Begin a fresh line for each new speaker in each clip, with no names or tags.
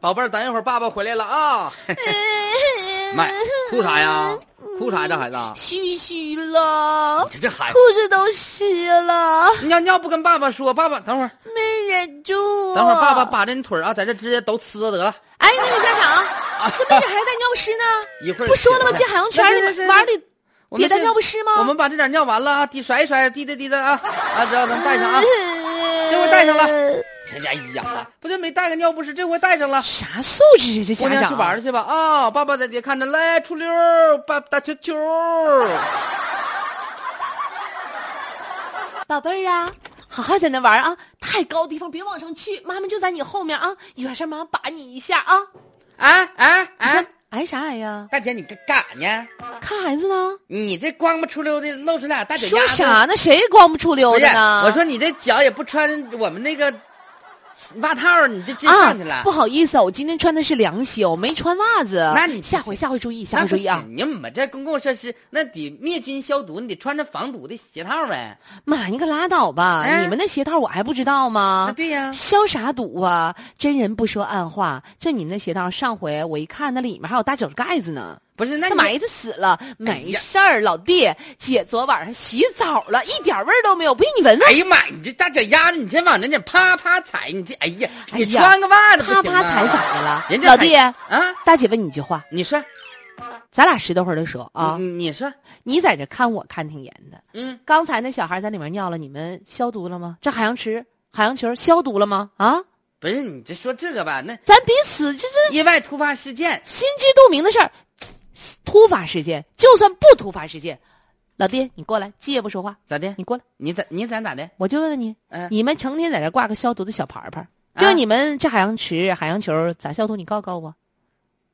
宝贝儿，等一会儿爸爸回来了啊！
妈
妈，哭啥呀？
嗯
啊哭啥呀，这孩子？
嘘嘘了嗯
你，这这孩
裤
子，
子都湿了，
你要你要不跟爸爸说，爸爸等会儿，
没忍住。
等会儿爸爸。把这你腿儿啊，在这直接都呲得了。
哎，那个家长，怎么给孩子带尿不湿呢？
啊一会儿
不说了吗？
起
进
来
海洋圈
那是
里碗里
我
别
们
带
这
尿不湿吗？
我们把这点尿完了啊，滴甩一甩，滴答滴答啊啊，只要能带上啊。
嗯
这回带上了这家哎呀，不对，没带个尿不湿，这回带上了。
啥素质啊？这
姑
家
娘
长
去玩去吧啊、爸爸在底下看着，来出溜儿，爸打球球。
宝贝儿啊，好好在那玩啊，太高的地方别往上去，妈妈就在你后面啊，有事儿妈妈把你一下啊。
哎哎
哎
哎，，
挨啥挨呀？
大姐你干干啥呢？
啊看孩子呢？
你这光不出溜的，露出俩大脚丫
说
子
啥呢？谁光不出溜
不是
的呢？，
我说你这脚也不穿我们那个袜套儿，你这真
啊
上去了。，
不好意思啊，我今天穿的是凉鞋，我没穿袜子。
那你
下回下回注意，下
那
回
不
注意啊！
行，你们这公共设施那得灭菌消毒，你得穿着防毒的鞋套呗。
妈，你可拉倒吧！
哎
你们那鞋套我还不知道
啊，
吗？
对呀、
消啥毒啊？真人不说暗话，这你们那鞋套，上回我一看，那里面还有大脚盖子呢。
不是那
那
你
埋汰死了，
哎
没
呀
事儿，老弟，姐昨晚上洗澡了，一点味儿都没有，不信你闻闻。
哎呀妈，你这大脚丫子，你这往人家啪啪踩，你这哎呀，
哎
你
呀
穿个袜子不
啪
行吗
啪踩咋的了
人？家
老
踩
弟，
啊？
大姐问你一句话，
你说
咱俩石头会儿的说啊
你，你说，
你在这看我看挺严的。
嗯，
刚才那小孩在里面尿了，你们消毒了吗？这海洋池、海洋球消毒了吗？啊，
不是你这说这个吧？那
咱彼此这这
意外突发事件，
心知肚明的事儿，突发事件就算不突发事件，老弟你过来，鸡也不说话，
咋的？
你过来，
你咋你咋咋的？
我就问问你，
嗯、
你们成天在这挂个消毒的小牌牌儿，
啊
就你们这海洋池、海洋球咋消毒？你告诉告诉我，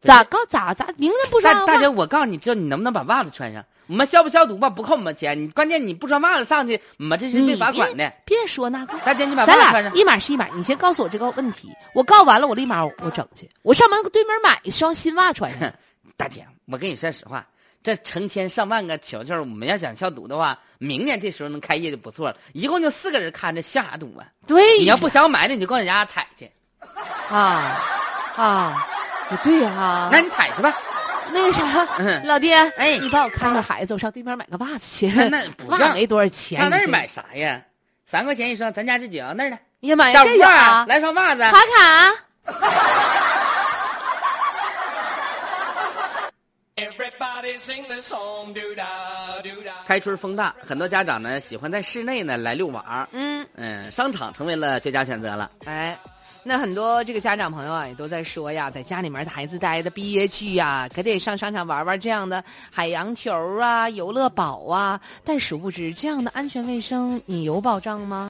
不是
咋告咋咋明着不说
大
暗
大姐，
话？
我告诉你，这你能不能把袜子穿上？我们消不消毒吧，不扣我们钱。你关键你不穿袜子上去，我们这是被罚款的。
别说那个，
大姐，你把袜
咱
子穿
俩
上。
一码是一码，你先告诉我这个问题，我告完了，我立马我我整去，我上门对门买一双新袜穿上。
大姐，我跟你说实话，这成千上万个球球，我们要想消毒的话，明年这时候能开业就不错了。一共就四个人看着，下啥毒啊？
哎对呀，
你要不想买的，你就跟人家踩去。
啊啊，不对呀、
那你踩去吧。
那个啥，
嗯
老弟，
哎
你帮我看看孩子，我上对面买个袜子去。
那那不
袜
让
没多少钱，
上那
你
儿
这
买。啥呀？三块钱一双，咱家这几那儿的。
哎呀妈呀，
小
这
吴
有
啊，
啊！
来双袜子。
卡啊卡。
Everybody sing the song, do da, do da.
开春风大，很多家长呢喜欢在室内呢来遛弯儿。
嗯，
嗯，商场成为了最佳选择了。
哎，那很多这个家长朋友啊，也都在说呀，在家里面的孩子待的憋屈呀，可得上商场玩玩这样的海洋球啊、游乐宝啊。但殊不知，这样的安全卫生，你有保障吗？